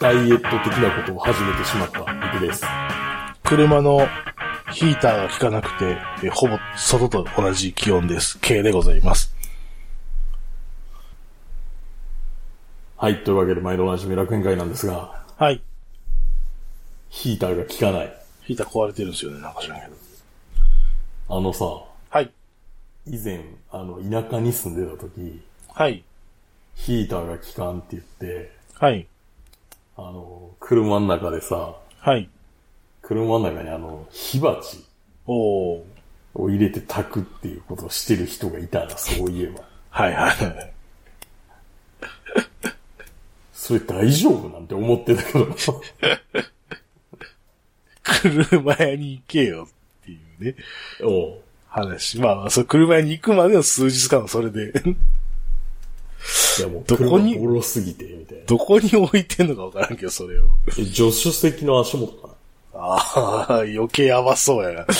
ダイエット的なことを始めてしまった僕です。車のヒーターが効かなくて、えほぼ外と同じ気温です。K でございます。はい、というわけで毎度おなじみ楽園会なんですが、はい。ヒーターが効かない。ヒーター壊れてるんですよね、なんか知らんけど。あのさ、はい。以前、あの、田舎に住んでた時、はい。ヒーターが効かんって言って、はい。あの、車の中でさ、はい。車の中にあの、火鉢おー。を入れて炊くっていうことをしてる人がいたら、そういえば。はいはい。それ大丈夫なんて思ってた けど。車屋に行けよっていうね、おう話。まあまあ、そう、車屋に行くまでの数日間はそれで、 いやもう、どこに車ボロすぎて、みたいな。どこに置いてんのかわからんけど、それを。え助手席の足元かな。ああ、余計やばそうやな。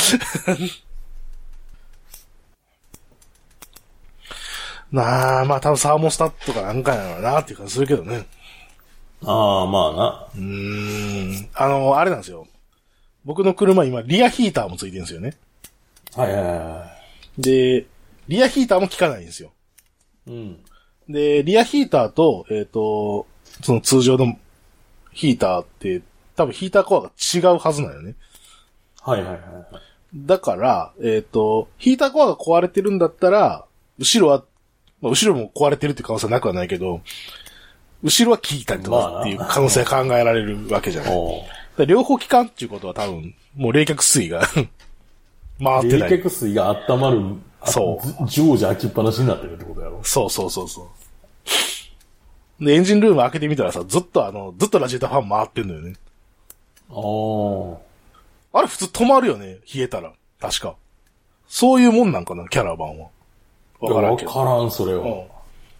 なあ、まあ多分サーモスタットかなんかやろうなっていう感じするけどね。ああ、まあな。うんあの、あれなんですよ。僕の車今リアヒーターもついてるんですよね。はいはいはで、リアヒーターも効かないんですよ。い。うん。で、リアヒーターと、えっ、と、その通常のヒーターって、多分ヒーターコアが違うはずなんよね。はいはいはいはい。だから、えっ、と、ヒーターコアが壊れてるんだったら、後ろは、まあ、後ろも壊れてるっていう可能性はなくはないけど、後ろは効いたりとかっていう可能性が考えられるわけじゃない。だかおうら両方効かんっていうことは多分、もう冷却水が 回って冷ない。却水が温まる、あそうず常時開きっぱなしになってるってことやろ。そうそうそうそう。で、エンジンルーム開けてみたらさ、ずっとあの、ずっとラジエーターファン回ってんのよね。ああれ普通止まるよね、冷えたら。確か。そういうもんなんかな、キャラバンは。あ。わからんわけかど。らん、それは。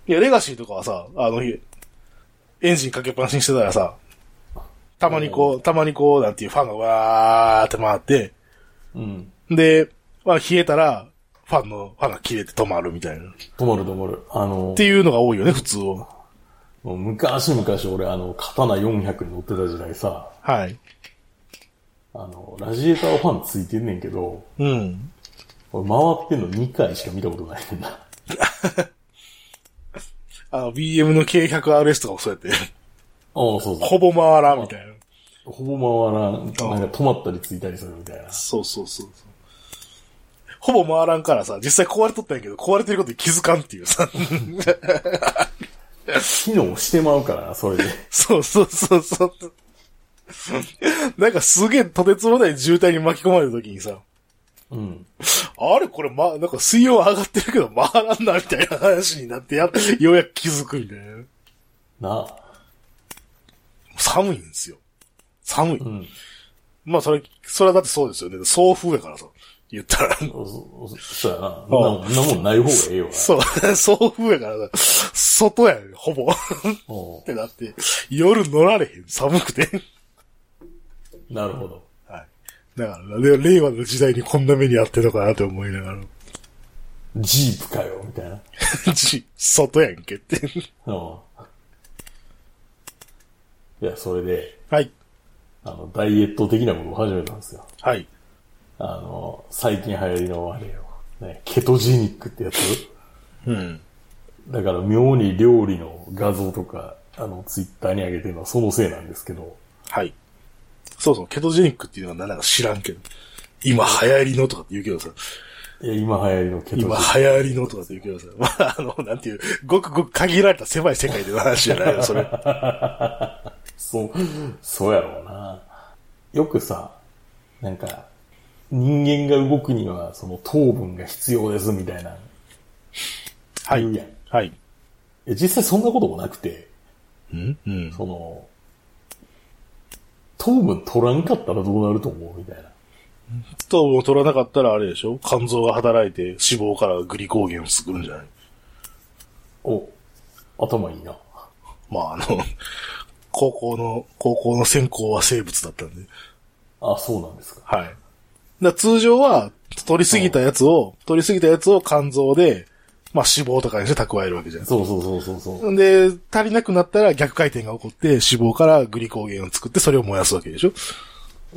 いや、レガシーとかはさ、あの、エンジンかけっぱなしにしてたらさ、たまにこう、たまにこう、なんていうファンがわーって回って、うん。で、まあ、冷えたら、ファンの、ファンが切れて止まるみたいな。っ止まる止まる。あのて、いうのが多いよね、普通を。もう昔々俺あの、刀400に乗ってた時代さ、はい。あの、ラジエーターファンついてんねんけど、うん。俺回ってんの2回しか見たことないねんな。あの、BM の K100RS とかもそうやって、 おうそうそう。ほぼ回らんみたいな。ほぼ回らん。なんか止まったりついたりするみたいな。そうそうそうそう。ほぼ回らんからさ、実際壊れとったんやけど、壊れてることに気づかんっていうさ。機能してまうからな、それで。そうそうそうそう。なんかすげえとてつもない渋滞に巻き込まれた時にさ、うん。あれこれま、なんか水温上がってるけど回らんなみたいな話になってや、ようやく気づくみたいな。な。寒いんですよ。寒い。うん。まあそれ、それはだってそうですよね。送風やからさ、言ったら。そそそうやな。そんなそんなもんない方がええよな。そう、送風やからさ、外やねほぼ。っおうてなって、夜乗られへん、寒くて。なるほど。はい。だから、で令和の時代にこんな目にあってたかなと思いながら。ジープかよ、みたいな。ち外やんけって。うん。いや、それで、 はい。あの、ダイエット的なことを始めたんですよ。はい。あの、最近流行りのあれよ。ね、ケトジェニックってやつ。うん。だから、妙に料理の画像とか、あの、ツイッターに上げてるのはそのせいなんですけど、はい。そうそう、ケトジェニックっていうのは何だか知らんけど。今流行りのとかって言うけどさ、いや、今流行りのケトジェニ今ック。流行りのとかって言うけどさ、ま あ、あの、なんていう、ごくごく限られた狭い世界での話じゃないよ、 それ。そう、そうやろうな。よくさ、なんか、人間が動くには、その糖分が必要ですみたいな。は言うやんい。はい。え実際そんなこともなくて、うんうん。その、糖分取らんかったらどうなると思うみたいな。糖分を取らなかったらあれでしょ肝臓が働いて脂肪からグリコーゲンを作るんじゃないお、頭いいな。まあ、あの、高校の、高校の専攻は生物だったんで。あ、そうなんですか。はい。だから通常は、取りすぎたやつを、取りすぎたやつを肝臓でまあ脂肪とかにして蓄えるわけじゃん。そうそうそうそうそう。んで、足りなくなったら逆回転が起こって、脂肪からグリコーゲンを作って、それを燃やすわけでしょ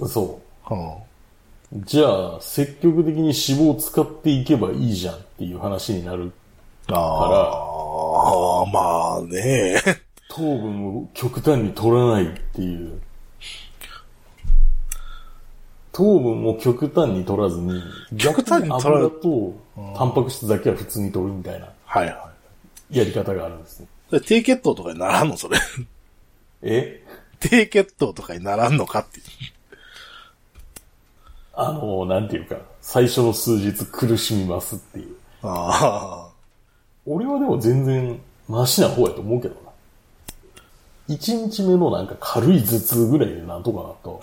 そはう。じゃあ、積極的に脂肪を使っていけばいいじゃんっていう話になるあ。ああ、まあね。糖分を極端に取らないっていう。糖分を極端に取らずに、極端に取ら油とタンパク質だけは普通に取るみたいな はいはやり方があるんですね。い。低血糖とかにならんのそれ。 え低血糖とかにならんのかって。あの、なんていうか、最初の数日苦しみますっていう。ああ。俺はでも全然マシな方やと思うけどな。一日目のなんか軽い頭痛ぐらいでなんとかなと。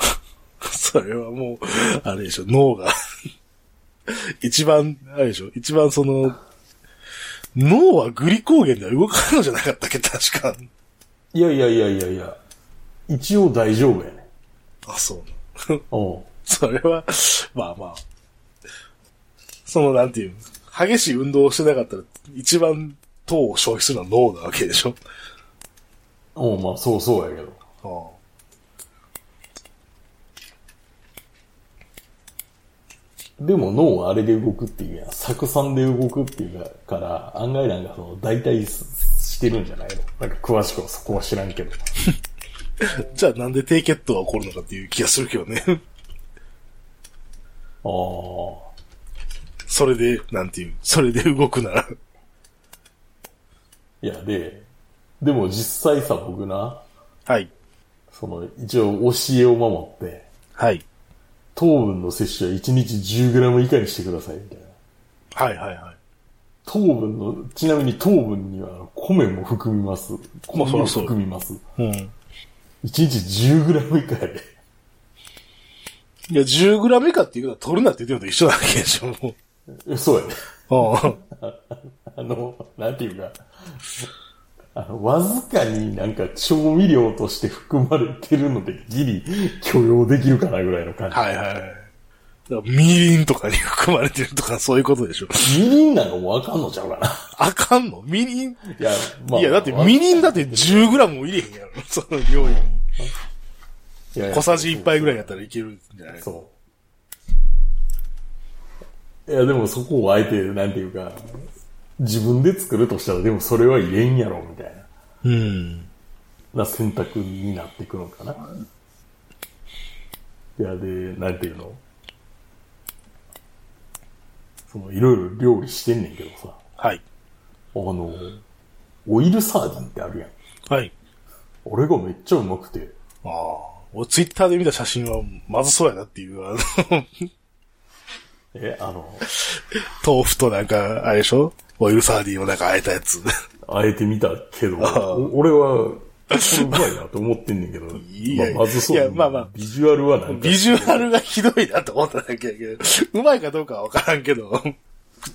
それはもう、あれでしょ、脳が。一番、あれでしょ、一番その、脳はグリコーゲンでは動かないのじゃなかったっけ確か。いやいやいやいやいや、一応大丈夫やね。あ、そう。おう それは、まあまあ。その、なんていうの、激しい運動をしてなかったら、一番糖を消費するのは脳なわけでしょ。おうまあそうそうやけど。あでも脳はあれで動くっていうやん。酢酸で動くっていうから、案外なんかその、代替すしてるんじゃないのなんか詳しくはそこは知らんけど。あじゃあなんで低血糖が起こるのかっていう気がするけどね。 ああ。それで、なんていう、それで動くなら。いや、で、でも実際さ、僕な、はい。その、一応教えを守って、はい。糖分の摂取は1日 10g 以下にしてください、みたいな。はいはいはい。糖分の、ちなみに糖分にはあの米も含みます。米そもらそう含みます。1うん。日 10g 以下やで。 いや、10グラム以下っていうことは取るなって言ってるのと一緒なわけでしょ、もえそうやね。う。うん。あの、なんていうか、あの、わずかになんか調味料として含まれてるのでギリ許容できるかなぐらいの感じ。はいはいはい。だからみりんとかに含まれてるとかそういうことでしょ。みりんなんかもうあかんのちゃうかな。あかんのみりん いや、まあ。いや、だって、みりんだって10グラムも入れへんやろ。その料理に。いやいや小さじ1杯ぐらいやったらいけるんじゃないそう。いや、でもそこをあえて、なんていうか、自分で作るとしたら、でもそれは入れんやろ、みたいうん。な、な選択になってくのかな。いや、で、なんていうのその、いろいろ料理してんねんけどさ、はい。あの、オイルサーディンってあるやん。はい。俺がめっちゃうまくて、ああ。俺、ツイッターで見た写真は、まずそうやなっていう、あの、え、あの、豆腐となんか、あれでしょオイルサーディンをなんか和えたやつ。あえてみたけど、お俺は、これうまいなと思ってんねんけど、いやまあ、まずそう。いやまあまあビジュアルはなんか、ビジュアルがひどいなと思っただけやけど、うまいかどうかはわからんけど、食っ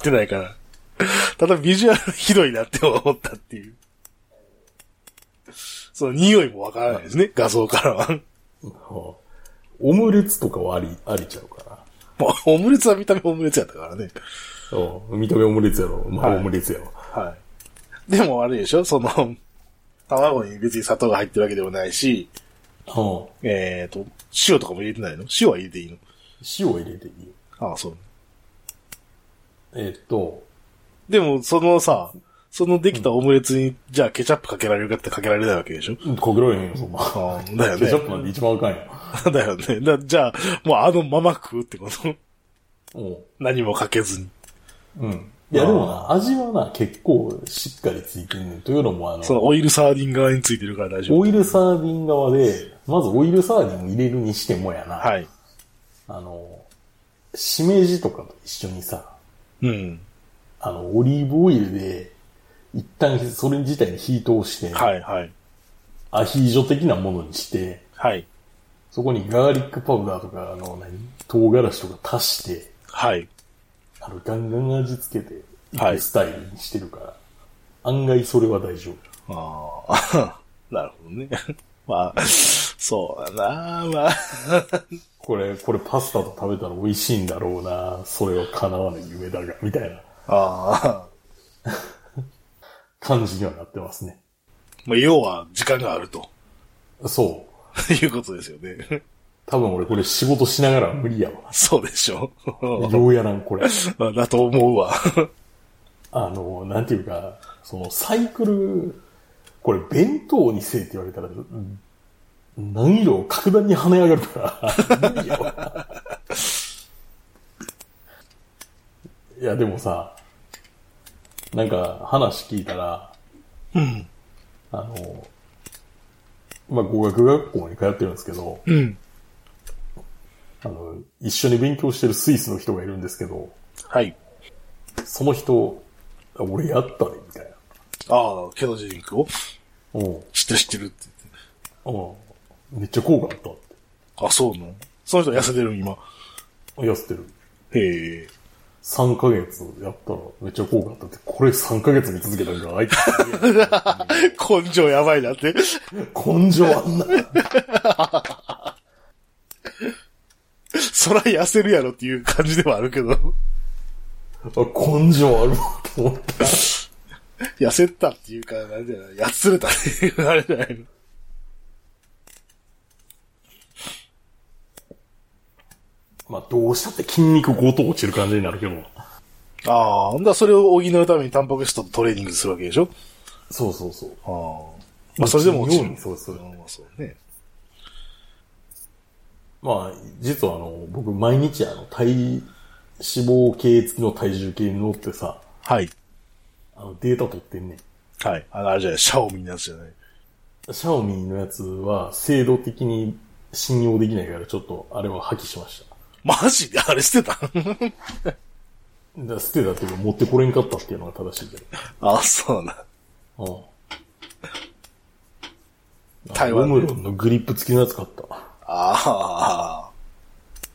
てないから。ただビジュアルがひどいなって思ったっていう。その匂いもわからないですね、画像からは。はあオムレツとかはあり、ありちゃうかもうオムレツは見た目オムレツやったからね。ら。うん見た目オムレツやろ。まあ、はいオムレツやわ。はい。でもあれでしょその、卵に別に砂糖が入ってるわけでもないし、うんえっ、と、塩とかも入れてないの塩は入れていいの塩入れていいよ。ああ、そう。えっと、でも、そのさ、そのできたオムレツに、じゃあケチャップかけられるかってかけられないわけでしょこぐろへんよ、そん な。ああ、だよケチャッね。プなんて一番あかんよ。 だよね。だじゃあ、もうあのまま食うってこと。 うん何もかけずに。うん。いや、でもな、味はな、結構しっかりついてんねん。というのも、あの、そのオイルサーディン側についてるから大丈夫。オイルサーディン側で、まずオイルサーディンを入れるにしてもやな。はい。あの、しめじとかと一緒にさ、うん。あの、オリーブオイルで、一旦それ自体に火通して、はい、はい。アヒージョ的なものにして、はい。そこにガーリックパウダーとか、あの、何唐辛子とか足して、はい。あの、ガンガン味付けて、はいスタイルにしてるから、案外それは大丈夫。ああ、 なるほどね。まあ、そうだなまあ。これ、これパスタと食べたら美味しいんだろうな、それは叶わぬ夢だが、みたいな。ああ。感じにはなってますね。まあ、要は、時間があると。 そう。いうことですよね。 多分俺これ仕事しながら無理やわ。そうでしょ。 どうやらん、これ。だと思うわ。 あの、なんていうか、そのサイクル、これ弁当にせえって言われたら、うん難易度格段に跳ね上がるから、無理やわ。いや、でもさ、なんか話聞いたら、うん。あの、まあ、語学学校に通ってるんですけど、うん。あの、一緒に勉強してるスイスの人がいるんですけど、はい。その人、俺やったね、みたいな。ああ、ケロジンクをうん。知ってる知ってるって言って。うん。めっちゃ効果あったっあ、そうなのその人痩せてる今。て。痩せてる。へえ。 3ヶ月やったらめっちゃ効果あったって、これ3ヶ月見続けたんじゃない根性やばいなって。 根性あんな。そら痩せるやろっていう感じではあるけど。根性あるわと思った。痩せたっていうか、なんじゃない、やつれたっていう、あれじゃないの。まあ、どうしたって筋肉ごと落ちる感じになるけど。ああ、ほんだらそれを補うためにタンパク質とトレーニングするわけでしょそうそうそう。ああ。まあ、それでも落ち妙る。にそうそうまあ、そうね。まあ、実はあの、僕毎日あの、体、脂肪系付きの体重計に乗ってさ、はい。あの、データ取ってんねん。はい。あの、あれじゃない、シャオミのやつじゃない。シャオミのやつは精度的に信用できないからちょっとあれは破棄しました。マジであれ捨てた だから捨てたっていうか持ってこれんかったっていうのが正しいけあ、そうな。ど。うん。台湾オねムロンのグリップ付きのやつ買った。あ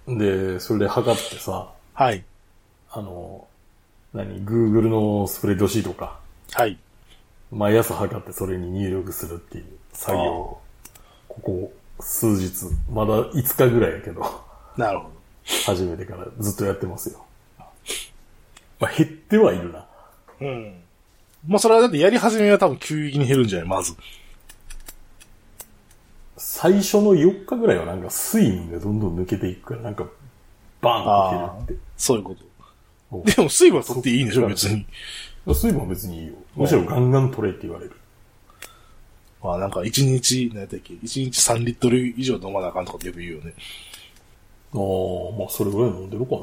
で、それで測ってさ、あ。はい。あの、何、Google のスプレッドシートか。はい。毎朝測ってそれに入力するっていう作業を、ここ数日、まだ5日ぐらいやけど、 なるほど。始めてからずっとやってますよ。まあ、減ってはいるな。うん。まあ、それはだってやり始めは多分急激に減るんじゃないまず。最初の4日ぐらいはなんか水分がどんどん抜けていくから、なんかバーンって減るってそういうこと。おでも水分は取っていいんでしょ別に。。水分は別にいいよ。むしろガンガン取れって言われる。まあなんか一日、何やったっけ一日3リットル以上飲まなあかんとかってよく言うよね。ああ、まあそれぐらい飲んでるか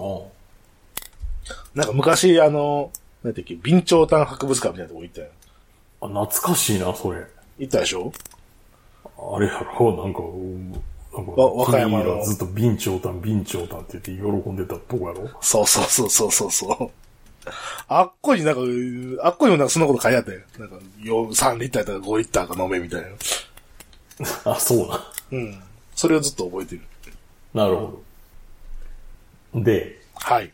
な。なんか昔、あの、何やったっけ備長炭博物館みたいなとこ行ったよ。あ、懐かしいな、それ。行ったでしょあれやろ、なんか、うんなんか、わ和歌山の君らずっと備長炭、備長炭って言って喜んでたとこやろ。そうそうそうそうそうそう。あっこになんか、あっこにもなんかそんなこと書いてあったよ。なんか、よ3リッターやったら5リッターか飲めみたいな。あ、そうな。うん。それをずっと覚えてる。なるほど。で、はい。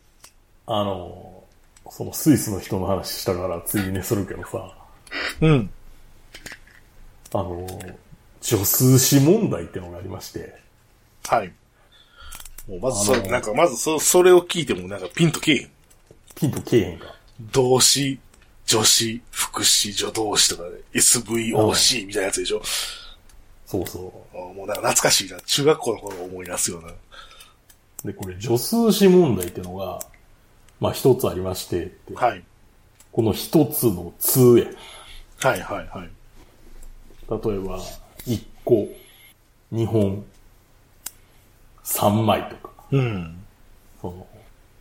あの、そのスイスの人の話したから、ついにね、するけどさ、うん。あの、女数詞問題ってのがありまして、はい。もうまずそあれ、のなんかまずそ、それを聞いてもなんかピンとけえへん。ピンとけえへんか。動詞、助詞、副詞、助動詞とかで、SVOC みたいなやつでしょ。そうそあもうなんか懐かしいな。中学校の頃思い出すような。う。で、これ、女数詞問題ってのが、まあ一つありましてって、はい。この一つの通や。はいはいはい。例えば、1個、2本、3枚とか、うん。その、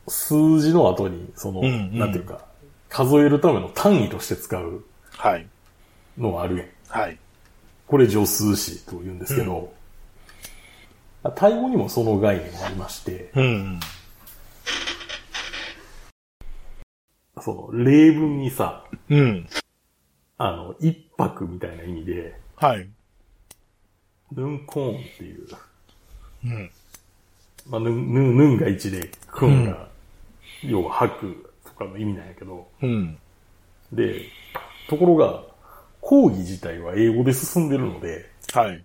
数字の後に、その、んうんなんていうか、数えるための単位として使うはい。のがあるやん。はい。これ助数詞と言うんですけど、タイ語にもその概念がありまして、うん。その、例文にさ、うん。あの、一泊みたいな意味で、はい。ヌンコーンっていう、うん。まあ、ヌン、ヌンヌンが1で、クンが、要は泊とかの意味なんやけど、うん。で、ところが、講義自体は英語で進んでるので、はい。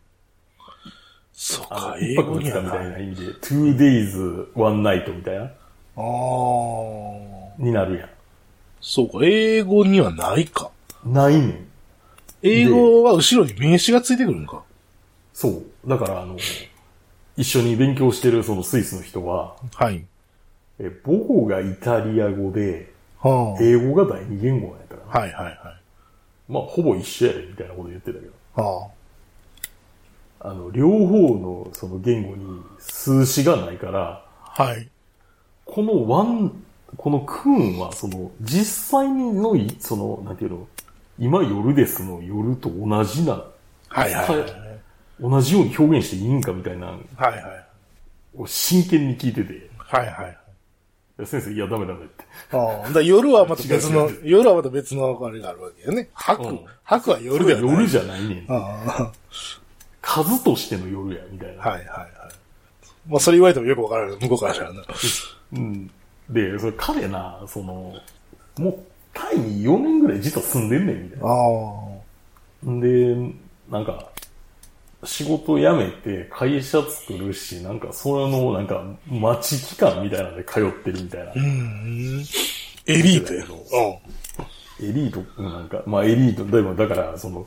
そうあかの、、一英泊語二に日はみなたいい。あな意味で、two days, one night みたいな、あー。になるやん。そうか、英語にはないか。ないねん。英語は後ろに名詞がついてくるんか。そう。だから、あの、一緒に勉強してるそのスイスの人は、はい。え母語がイタリア語で、はあ。英語が第二言語なんやったら、はいはいはい。まあ、ほぼ一緒やで、みたいなこと言ってたけど。はあの、両方のその言語に数詞がないから、あ。はい。このワン、このクーンは、その、実際のい、その、なんていうの、今夜ですの夜と同じな、はいはいはい。同じように表現していいんかみたいなのはいはい。を真剣に聞いてて、いはいはい。や先生、いや、ダメダメって。ああ。だから夜はまた別の違う違、夜はまた別のあれがあるわけよね。白うん、白は夜そだれよはね。夜じゃないねん。あ数としての夜や、みたいあ。な。はいはいはい。まあそれ言われてもよくわからない向こうからしたらな。うん。で、それ彼な、その、もう、タイに4年ぐらい実は住んでんねん、みたいな。あで、なんか、仕事辞めて会社作るし、なんか、それの、なんか、待ち期間みたいなので通ってるみたいな。あ。うん。エリートやろ。エリート、うんなんか、まあエリート、でもだから、その、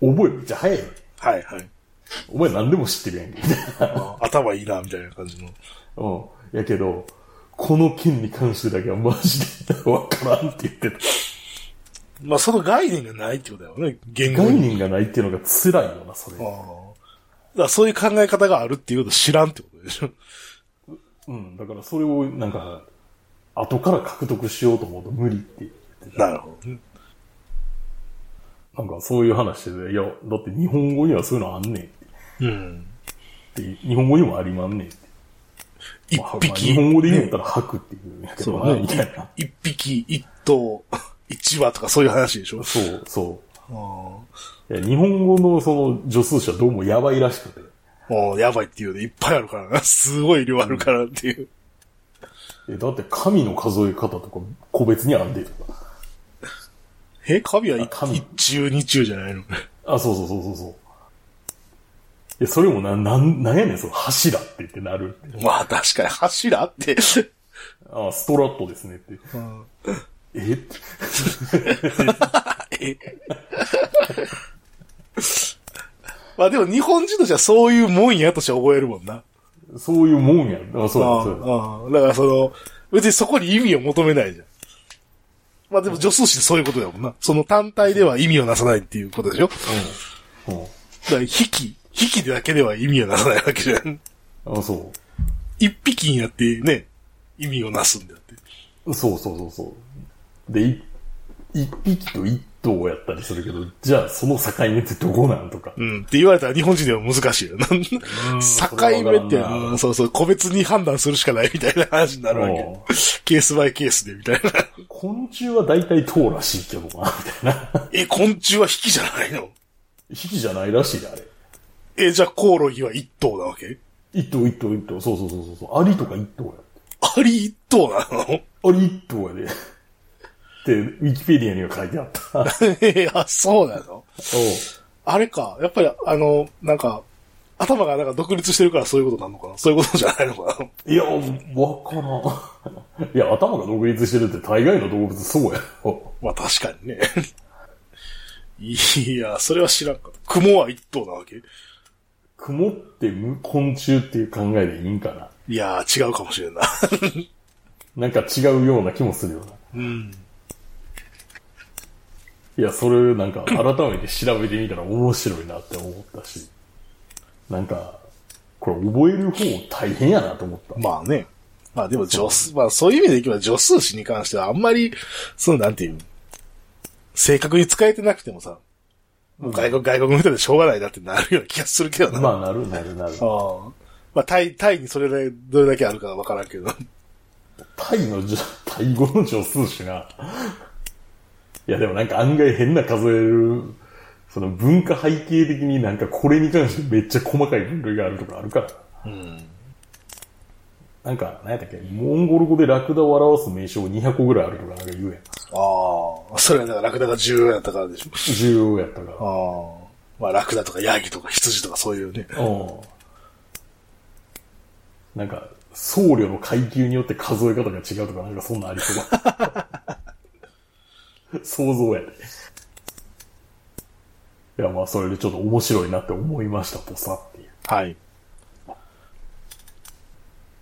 覚えめっちゃ早い。はいはい。お前何でも知ってるやんけ。みたいなああ頭いいな、みたいな感じの。うん。やけど、この件に関してだけはマジでわからんって言ってた。まあその概念がないってことだよね。言語概に。念がないっていうのが辛いよな、それああ。。だからそういう考え方があるっていうことを知らんってことでしょ。うん。だからそれを、なんか、後から獲得しようと思うと無理って言ってたなるほどね。なんかそういう話してて、いや、だって日本語にはそういうのあんねんっうん。て、日本語にもありまんねんって。一まあまあ匹。日本語で言っねたら吐くっていうんやけどそうな、ねみたいな。。一匹、一頭、一羽とかそういう話でしょ。そう、そう。あいや日本語のその助数者どうもやばいらしくて。あ。もうやばいっていうね、いっぱいあるからな。 すごい量あるからっていう。え、だって神の数え方とか個別にあんでとか。え、神はあ神一中二中じゃないのあ、そうそうそうそうそう。いや、それもな、なん、なんやねん、その柱って言ってなるって。 まあ確かに柱って。あ、ストラットですねって。えって え まあでも日本人としてはそういうもんやとして覚えるもんな。そういうもんや。あ、そうだ、そうだ。ああだからその、別にそこに意味を求めないじゃん。まあでも助数詞ってそういうことだもんな。その単体では意味をなさないっていうことでしょだかうん。ら、引き、引きだけでは意味をなさないわけじゃん。あ、そう。一匹になってね、意味をなすんだって。そうそうそうそう。で、い一匹と一頭やったりするけど、じゃあその境目ってどこなんとか。うん。って言われたら日本人では難しいよな。境目って、それはわからんなうんそうそう、個別に判断するしかないみたいな話になるわけおう。ケースバイケースでみたいな。 昆虫は大体頭らしいけどな、みたいな。 え、昆虫は引きじゃないの匹じゃないらしいで、あれ。え、じゃあコオロギは一頭なわけ一頭一頭一頭、そうそうそうそう。アリとか一頭やって。アリ一頭な のアリ一頭やで。って、ウィキペディアには書いてあった。おういや、そうなのあれか。やっぱり、あの、なんか、頭がなんか独立してるからそういうことなのかなそういうことじゃないのかないや、わからん。い や、頭が独立してるって大概の動物そうやろ。 まあ確かにね。いや、それは知らんかった。雲は一頭なわけ雲って昆虫っていう考えでいいんかな。いやー、違うかもしれんな。 なんか違うような気もするよな。うん。いや、それなんか改めて調べてみたら面白いなって思ったし、なんか、これ覚える方大変やなと思った。まあね。まあでも、助数、まあそういう意味でいけば、助数詞に関してはあんまり、その、なんていう、正確に使えてなくてもさ、もう外国、外国の人でしょうがないなってなるような気がするけどな。まあ、なるなるなる。ああ。まあ、タイ、タイにそれで、どれだけあるかはわからんけど。タイのじょ、 タイ語の助数詞な。いや、でもなんか案外変な数える、その文化背景的になんかこれに関してめっちゃ細かい分類があるとかあるから。なんか、何やったっけ、モンゴル語でラクダを表す名称200個ぐらいあるとかなんか言うやん。ああ。それはだからラクダが重要やったからでしょ。重要やったから。ああ。まあ、ラクダとかヤギとか羊とかそういうね。うん。なんか、僧侶の階級によって数え方が違うとか、なんかそんなんありそうだ。 想像やね。いや、まあ、それでちょっと面白いなって思いました、とさっていう。はい。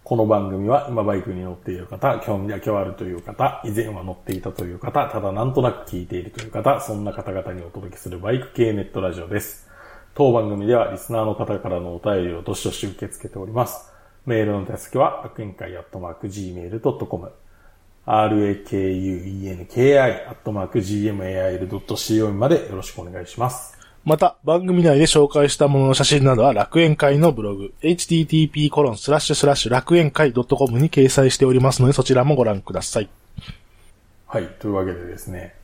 この番組は今バイクに乗っている方、興味だけはあるという方、以前は乗っていたという方、ただなんとなく聞いているという方、そんな方々にお届けするバイク系ネットラジオです。当番組ではリスナーの方からのお便りをどしどし受け付けております。メールの手先は、悪宴会アットマーク gmail.com、rakuenki アットマーク gmail.co までよろしくお願いします。また、番組内で紹介したものの写真などは楽園会のブログ、http コロンスラッシュスラッシュ楽園会 .com に掲載しておりますので、そちらもご覧ください。はい、というわけでですね、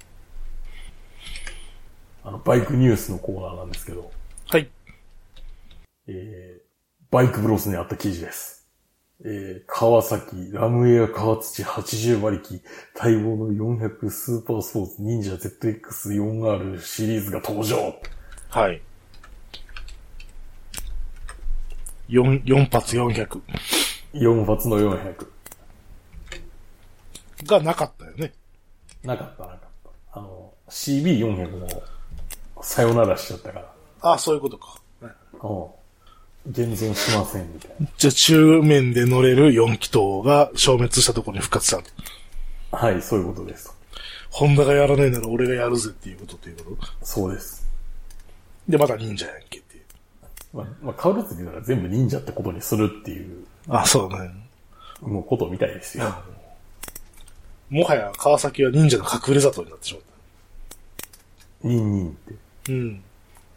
あの、バイクニュースのコーナーなんですけど、はい。えーバイクブロスにあった記事です。えー川崎、ラムエア川土80馬力、待望の400スーパースポーツ忍者 ZX4R シリーズが登場はい。4、4発400 !4 発の400。がなかったよね。なかった、なかった。あの、CB400 のさよならしちゃったから、ああ、そういうことか。うん。現存しません、みたいな。じゃあ、中面で乗れる4気筒が消滅したところに復活し た。はい、そういうことです。ホンダがやらないなら俺がやるぜっていうことということ。そうです。で、また忍者やんけっていう。まあ、まあ、カウルツなら全部忍者ってことにするっていう、ああ、そうだね。もうことみたいですよ。もはや川崎は忍者の隠れ里になってしまっニンニンって。た。うん。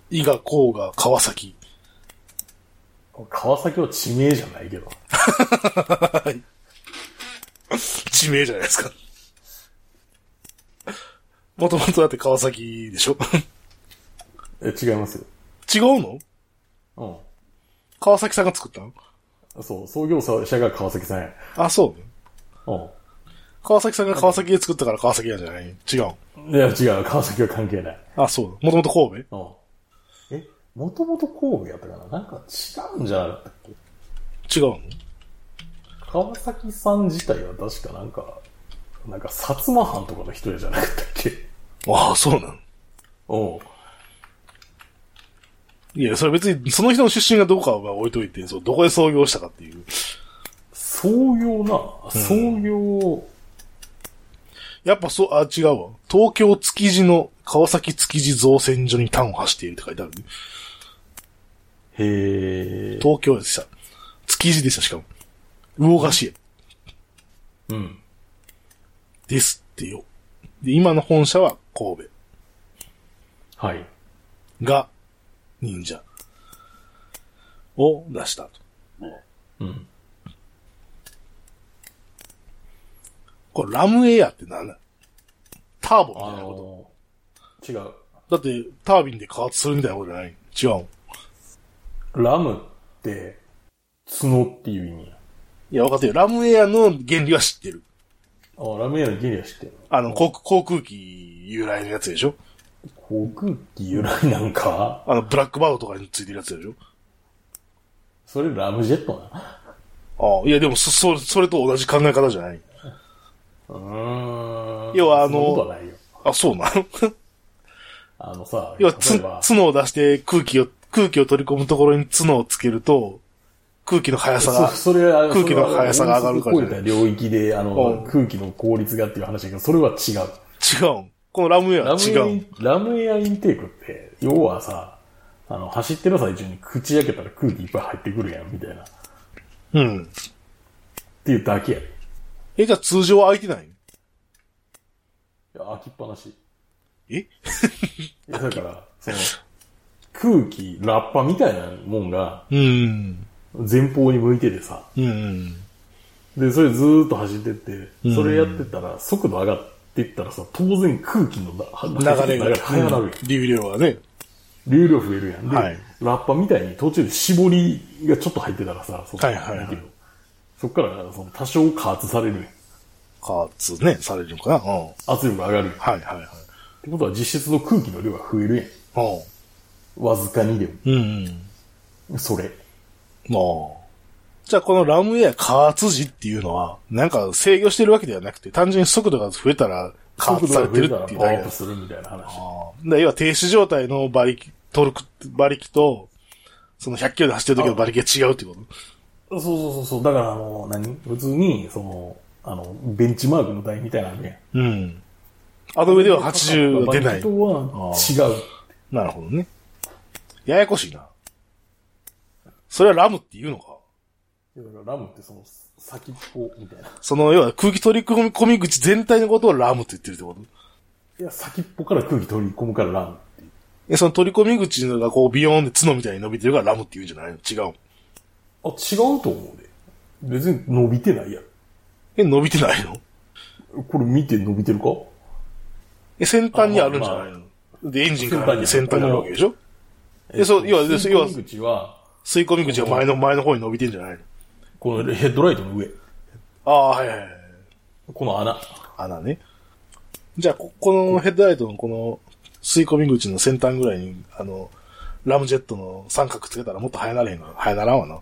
伊賀、甲賀、川崎。川崎は地名じゃないけど。地名じゃないですか。 もともとだって川崎でしょ え、違いますよ。違うのう川崎さんが作ったのん。そう、創業者が川崎さんや。あ、そうね。う川崎さんが川崎で作ったから川崎なんじゃない違う。ん。いや、違う、川崎は関係ない。あ、そうだ。もともと神戸うん。え、もともと神戸やったかななんか違うんじゃなかったっけ違うの川崎さん自体は確かなんか、なんか薩摩藩とかの人じゃなかったっけああ、そうなの。うん。いや、それ別に、その人の出身がどうかは置いといて、そう、どこで創業したかっていう。創業な、創業、やっぱそう、あ、違うわ。東京築地の川崎築地造船所に端を発しているって書いてある、ね。へえ。東京でした。築地でした、しかも。魚河岸うん。ですってよ。で、今の本社は神はい。戸が忍者を出したと。うん。これラムエアって何だターボみたいなこと。のー、違う。だって、タービンで加圧するみたいなことじゃない違うもん。ラムって、角っていう意味や。いや、分かってるよ。ラムエアの原理は知ってる。あ、ラムエアの原理は知ってるあの、航空航空機由来のやつでしょの。航空機由来なんか、あの、ブラックバウとかについてるやつでしょそれラムジェットな。ああ、いやでもそ、そ、それと同じ考え方じゃない。うーん。要はあのそんなことはないよ。あ、そうなのあのさ、 要は例つえば、角を出して空気を、空気を取り込むところに角をつけると、空気の速さがそ、それは空気の速さが上がるからそれは音速を超えた領域で、あうのん、空気の効率がっていう話だけど、それは違う。違うん。このラムエアラはム違エアうん。ラムエアインテークって、要はさ、あの、走ってる最中に口開けたら空気いっぱい入ってくるやん、みたいな。っうん。ていうだけや。いえ、じゃあ通常は開いてないや、開きっぱなし。 えいや、だから、その、空気、ラッパみたいなもんが、うん。前方に向いててさ、うん。で、それずーっと走ってって、それやってたら、速度上がってったらさ、当然空気の流なれが、流速なるやん。流量がね。流量増えるやん。で、はいラッパみたいに途中で絞りがちょっと入ってたらさ、そのはいはいはいなんてうのそっからその多少加圧されるやん。加圧ね、されるのかな。うん。は圧力が上がるやん。っいはいはいてことは実質の空気の量が増えるやん。。わずかにでうん。うん。も。それ。まあ。じゃあこのラムエア加圧時っていうのは、なんか制御してるわけではなくて、単純に速度が増えたら加圧されてるっていうパワだけーアッだプ。するみたいな話。で要は停止状態の馬力、トルク、馬力と、その100キロで走ってる時の馬力が違うってこそとうそうそうそう。だから、あの、何普通に、その、あの、ベンチマークの台みたいなのね。うん。あの上では80は出ない。とは違う。なるほどね。ややこしいな。それはラムって言うのかだからラムってその、先っぽみたいな。その、要は空気取り込み口全体のことをラムって言ってるってこといや、先っぽから空気取り込むからラム。え、その取り込み口がこうビヨーンで角みたいに伸びてるからラムって言うんじゃないの違う。あ、違うと思うで。別に伸びてないやえ、伸びてないのろ。これ見て伸びてるかえ、先端にあるんじゃないの、あまで、エンジンから先端にあるわけでしょえ、そう、要は、で吸い要は込、み口は、吸い込み口が前の、前の方に伸びてんじゃないのこのヘッドライトの上。ああ、はいはいはい。この穴。穴ね。じゃあ、こ、このヘッドライトのこの吸い込み口の先端ぐらいに、あの、ラムジェットの三角つけたらもっと早なれへんの早ならんわな。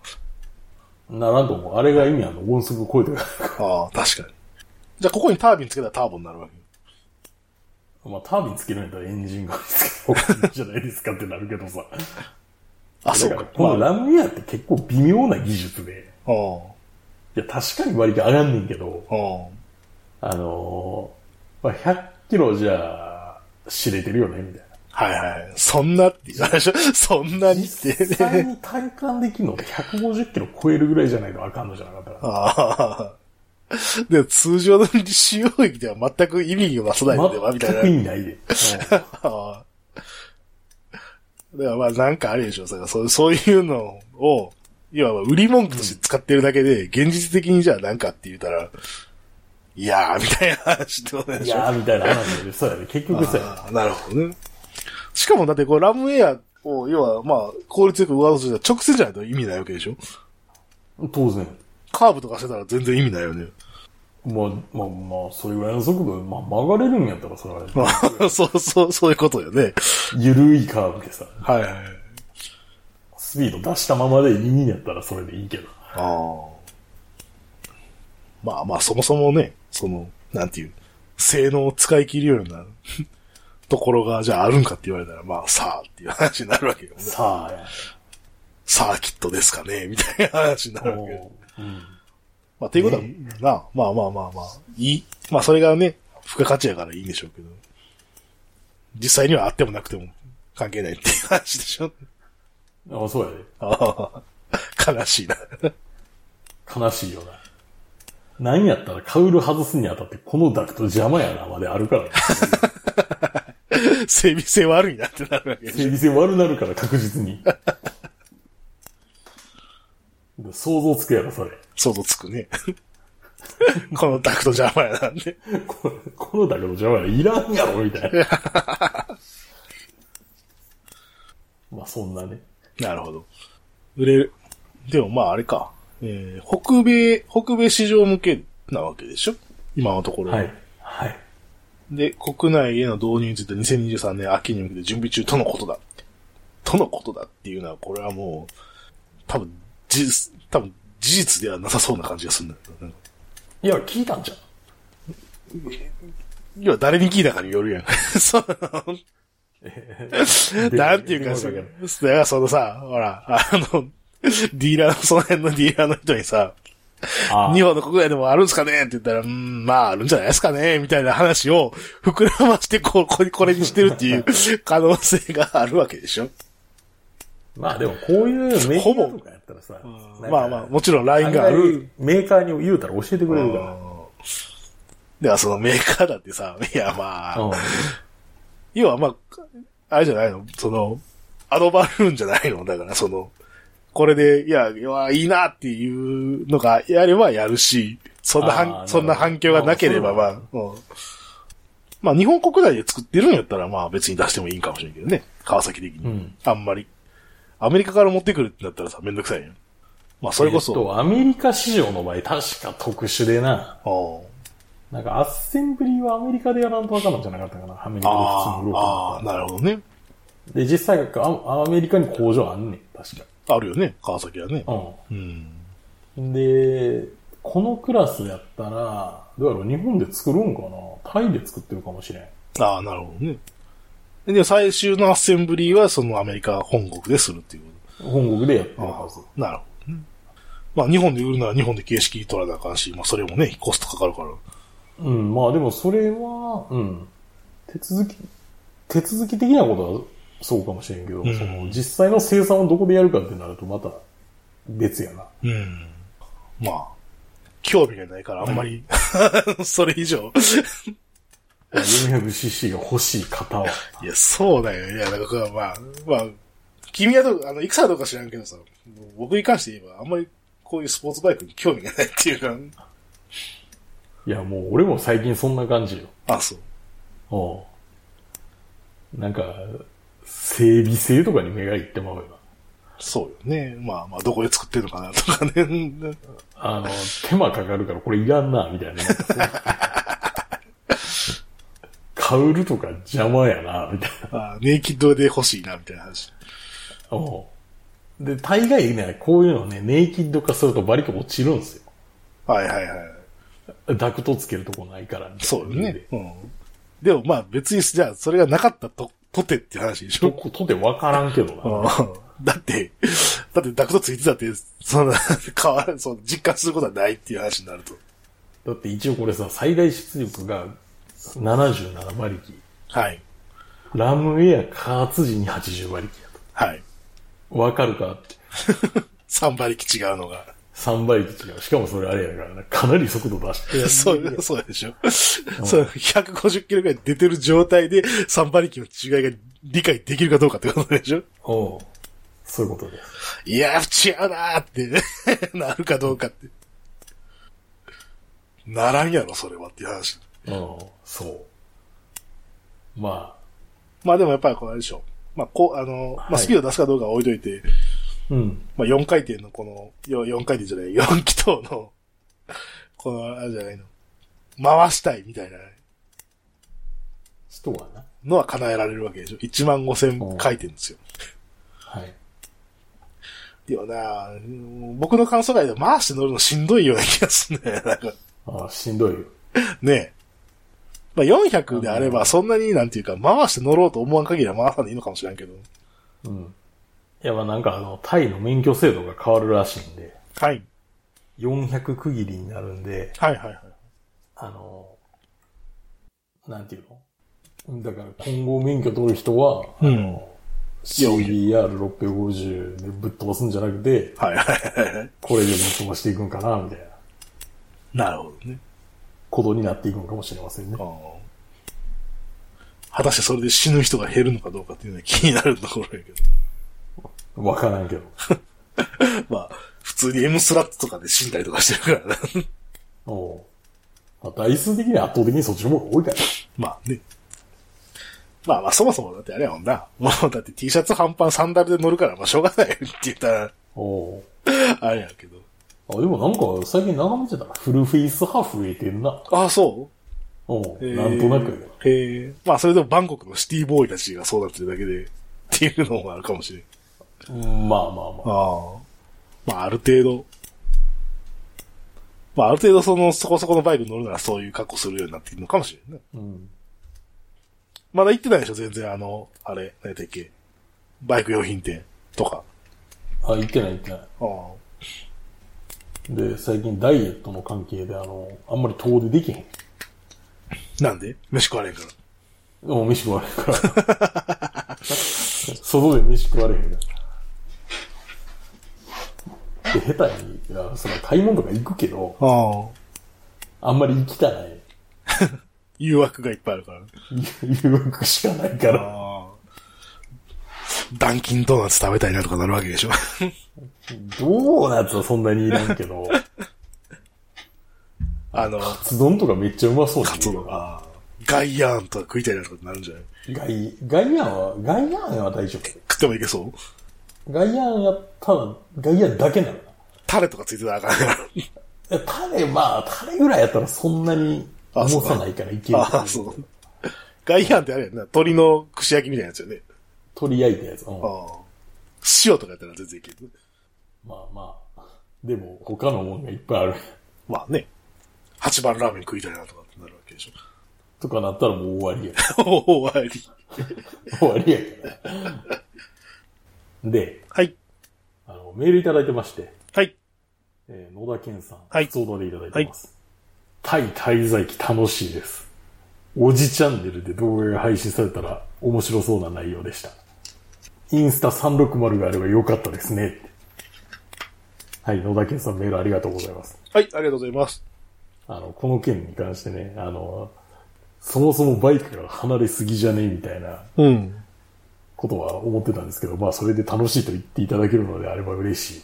ならんと思う。あれが意味あるの音速超えてる。ああ、確かに。じゃあ、ここにタービンつけたらターボになるわけ。まあ、タービンつけるんやったらエンジンがつけた方がいいんじゃないですかってなるけどさ。あ、そうなんかか。このラムウェアって結構微妙な技術で、ういや、確かに割と上がんねんけど、ん。うん。あのーまあ、100キロじゃ、知れてるよね、みたいな。はいはい。そんなって、あれでしょそんなにって。 実際に体感できるのって150キロ超えるぐらいじゃないとあかんのじゃなかったら。ああ。で、通常の使用域では全く意味がなさないのでは、みたい全なく。意味ないで。ああ。だからまあなんかあるでしょう。だからそうそういうのを、いわば売り文句として使ってるだけで、現実的にじゃあなんかって言ったら、いやー、みたいな話ってことうんでいしょ。やー、みたいな話で、そうやね。結局そうやね。あーなるほどね。しかもだってこうラムウェアを、要はまあ効率よく上乗せしたら直線じゃないと意味ないわけでしょ。当然。カーブとかしてたら全然意味ないよね。まあ、まあ、まあ、それぐらいの速度で、まあ、曲がれるんやったら、それは、そうそう、そういうことよね。ゆるいカーブでさ、はいはい。スピード出したままでいいんやったら、それでいいけど。ああ。まあまあ、そもそもね、その、なんていう、性能を使い切るような ところが、じゃああるんかって言われたら、まあ、さあっていう話になるわ けよね。さあや。サーキットですかね、みたいな話になるわけよ。うんまあ、ということは、な、まあまあまあまあ、いい。まあ、それがね、付加価値やからいいんでしょうけど。実際にはあってもなくても関係ないっていう話でしょ。あ、そうやで。ああ、悲しいな。 悲しいよな。なんやったらカウル外すにあたって、このダクト邪魔やな、まである から、ね。整備性悪いなってなるわけでしょ整備性悪なるから、確実に。想像つくやろ、それ。想像つくね。 このダクト邪魔やなんで。ここのダクト邪魔やろ、いらんやろ、みたいな。 まあ、そんなね。なるほど。売れる。でもまああれか。えー、北米、北米市場向けなわけでしょ今のところ。はい。はい。で、国内への導入について2023年秋に向けて準備中とのことだ。とのことだっていうのは、これはもう、多分、事実、多分、事実ではなさそうな感じがするんだけど、ね。いや、聞いたんじゃん。要は誰に聞いたかによるやん。 そう。 なんていうか、そでうでだからそのさ、ほら、あの、ディーラーの、その辺のディーラーの人にさ、あ日本の国内でもあるんですかねって言ったら、うーん、まあ、あるんじゃないですかねみたいな話を膨らまして、こう、これこれにしてるっていう可能性があるわけでしょまあでも、こういうメーカーとかやったらさ、なんかまあまあ、もちろん LINE が考あえる。るメーカーに言うたら教えてくれるから。では、そのメーカーだってさ、いや、まあ、うん要はまあ、あれじゃないのその、アドバルーンじゃないのだから、その、これで、いや、いやいいなっていうのが、やればやるし、そんなあー反、そんな反響がなければ、まなあ、うんまあ、日本国内で作ってるんやったら、まあ、別に出してもいいんかもしれんけどね。川崎的に。うんあんまり。アメリカから持ってくるってなったらさ、めんどくさいやん。まあ、それこそ、えっと、アメリカ市場の場合、確か特殊でな。うんなんか、アッセンブリはアメリカでやらんとわかんないんじゃなかったかな。アメリカで普通あのーグロあー、なるほどね。ープ。で、実際あ、アメリカに工場あんねん、確あるよね、川崎はね。か。うん。うん。で、このクラスやったら、どうやろう、日本で作るんかなタイで作ってるかもしれん。ああ、なるほどね。で、最終のアッセンブリーはそのアメリカ本国でするっていうこ本国でやってと。るはず。なるほどね。まあ、日本で売るなら日本で形式取らなあかんし、まあ、それもね、コストかかるから。うん、まあでもそれは、うん、手続き、手続き的なことはそうかもしれんけど、うんその実際の生産をどこでやるかってなるとまた別やな。うん。まあ、興味がないからあんまり、 それ以上。 400cc が欲しい方は。いや、そうだよ。いや、なんか、まあ、まあ、君はどう、あの、いくつかどうか知らんけどさ、僕に関して言えば、あんまりこういうスポーツバイクに興味がないっていうか、いや、もう俺も最近そんな感じよ。あ、そう。おうなんか、整備性とかに目がいってまうよな。そうよね。まあまあ、どこで作ってるのかなとかね。あの、手間かかるからこれいらんな、み たいな。なんかそう買うるとか邪魔やな、みたいな。あネイキッドで欲しいな、みたいな話。おうで、大概ね、こういうのね、ネイキッド化すると馬力落ちるんですよ。はいはいはい。ダクトつけるとこないから、みたいなそうよね。うん。でもまあ、別に、じゃあ、それがなかったと、とてって話でしと、ょ。とてわからんけどな。うんだって、だってダクトついてたって、そんな、変わらん、そう、実感することはないっていう話になると。だって一応これさ、最大出力が77馬力。はい。ラムウェア加圧時に80馬力やはい。と。わかるかって。 3馬力違うのが。 3馬力違う。しかもそれあれやからな。かなり速度出して。いや、そう、そうでしょ。そう、150キロぐらい出てる状態で3馬力の違いが理解できるかどうかってことでしょおうそういうことです。いや、違うなーって、 なるかどうかって。ならんやろ、それはっていう話。うん。そう。ままあでもやっぱりこれあれでしょ。まあ、こう、あの、まはあ、いスピード出すかどうかは置いといて、あ、うん。まあ、4回転のこの、よ4回転じゃない、4気筒の、この、あれじゃないの、回したいみたいな人はな。のは叶えられるわけでしょ。1万5千回転ですよ。はい。でもなうん僕の感想外で回して乗るのしんどいような気がするんだよ。なんか、ああ、しんどいよ。ねえ。まあ、400であれば、そんなになんていうか、回して乗ろうと思わん限りは回さないいのかもしれんけど。うん。いや、まあなんかあの、タイの免許制度が変わるらしいんで、はい。 400区切りになるんで、はいはいはい。あの、なんていうのだから今後免許取る人は、うん。 CBR650 でぶっ飛ばすんじゃなくて、はいはいはいはい。これでぶっ飛ばしていくんかな、みたいななるほどね。ことになっていくのかもしれませんねう。ん果たしてそれで死ぬ人が減るのかどうかっていうのは気になるところやけわからんけど。ど。まあ、普通に M スラットとかで死んだりとかしてるからな。 おうまあ、台数的には圧倒的にそっちの方が多いから。まあね。まあまあ、そもそもだってあれやもんな。もうだって T シャツ半パンサンダルで乗るから、まあしょうがないって言ったら、おうあれやけど。あ、でもなんか最近眺めてたらフルフェイス派増えてんな。ああ、そうおうえーなんとなく。。へえ。まあ、それでもバンコクのシティボーイたちがそうなってるだけで、っていうのもあるかもしれん。うんまあまあまあ。ああ。まあ、ある程度。まあ、ある程度その、そこそこのバイク乗るならそういう格好するようになっているのかもしれんね。うん。まだ行ってないでしょ、全然あの、あれ、何やったっけ。バイク用品店とか。あ、行ってない行ってない。ああ。で、最近ダイエットの関係で、あの、あんまり遠出できへん。なんで飯食われんから。もう飯食われへんから。 外で飯食われへんから。で、下手に、いや、その買い物とか行くけど、ああ。あんまり行きたない。誘惑がいっぱいあるからね。誘惑しかないから。ああ。ダンキンドーナツ食べたいなとかなるわけでしょ。 ドーナツはそんなにいらんけど、あの、カツ丼とかめっちゃうまそうにカ見えツる丼わ。ああガイヤーンとか食いたいなとかなるんじゃないガイ、ガイアンは、ガイアンは大丈夫。食ってもいけそうガイアンやったら、ガイアンだけなのな。タレとかついてたらあかんから。いやタレ、まあ、タレぐらいやったらそんなに重さないからいける。ああ、そう。ガイアンってあれやんな。鶏の串焼きみたいなやつよね。取り焼いたやつ。うんああ。塩とかやったら全然いける。まあまあ。でも、他のもんがいっぱいある。 まあね。 8番ラーメン食いたいなとかってなるわけでしょ。 とかなったらもう終わりや。終わり。終わりやから。で、はい。あの、メールいただいてまして、はい。えー野田健さん、はい相談でいただいてます。タイ滞在期楽しいです。おじチャンネルで動画が配信されたら面白そうな内容でした。インスタ360があれば良かったですね。はい、野田健さんメールありがとうございます。はい、ありがとうございます。あの、この件に関してね、あの、そもそもバイクから離れすぎじゃねえみたいなうん。ことは思ってたんですけど、まあそれで楽しいと言っていただけるのであれば嬉しい。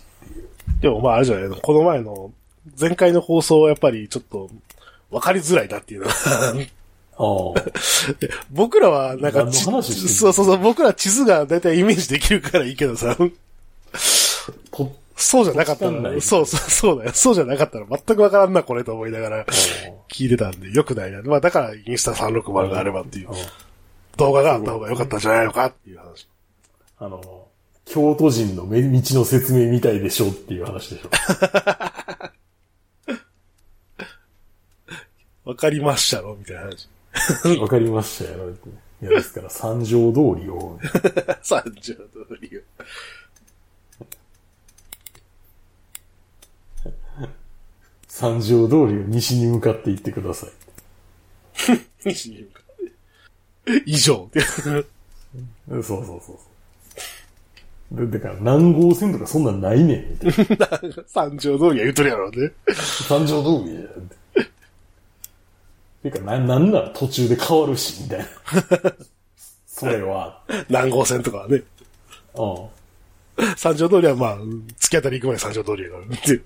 でもまああれじゃないの、この前の、前回の放送はやっぱりちょっと、わかりづらいなっていうのはああ。僕らはなんか何のち、話してんのそうそうそう、僕ら地図がだいたいイメージできるからいいけどさ、 と、そうじゃなかったわかんなら、いそうそう、そうだよ。そうじゃなかったら全くわからんな、これと思いながらお聞いてたんで、よくないな。まあだからインスタ360があればっていうあ、動画があった方が良かったんじゃないのかっていう話。あの、京都人のめ道の説明みたいでしょっていう話でしょ。わかりましたろみたいな話。 わかりましたよ。いや、ですから、三条通りを、 30の理由。三条通りを西に向かって行ってください。西に向かって以上。 そうそうそうそう。でだから、南郷線とかそんなんないねん、みたいな。三条通りは言うとるやろうね。三条通りやんって。てか、な、なんなら途中で変わるし、みたいな。それは、南郷線とかはね。うん。三条通りはまあ、うん突き当たり行く前に三条通りやからねって。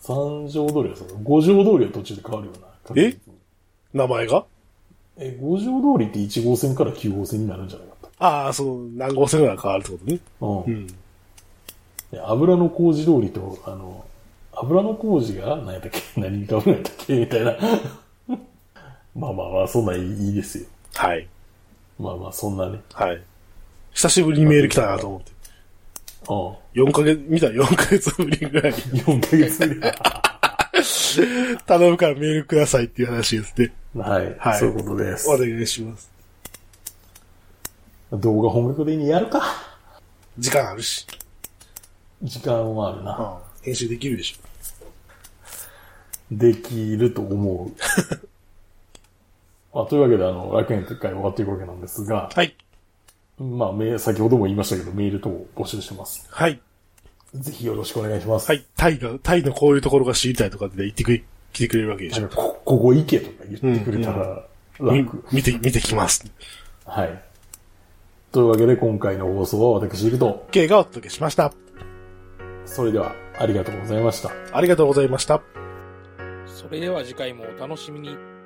三条通りはそう。五条通りは途中で変わるよな。確実に名前がえ、五条通りって1号線から9号線になるんじゃなかったああ、そう、南郷線が変わるってことね。う。うんん。で油の工事通りと、あの、油の工事が何やったっけ 何にかぶんやったっけみたいな。 まあまあまあ、そんなんいいいいですよ。はい。まあまあ、そんなね。はい。久しぶりにメール来たなと思って。う4ヶ月、見たら4ヶ月ぶりぐらいにん。4ヶ月ぶり だ。頼むからメールくださいっていう話ですね。はい。はいそういうことですお。願いします。動画本格的にやるか。時間あるし。時間はあるな。編集できるでしょ。できると 思う。まあ、というわけで、あの、楽園会終わっていくわけなんですが、はい。まあ、め先ほども言いましたけど、メール等を募集してます。はい。ぜひよろしくお願いします。はい。タイの、タイのこういうところが知りたいとかって言ってくれ、来てくれるわけでしょ。なんかこ、ここ行けとか言ってくれたら楽。み見て、見てきます。はい。というわけで、今回の放送は私いると、 K がお届けしました。それではありがとうございました。ありがとうございました。それでは次回もお楽しみに。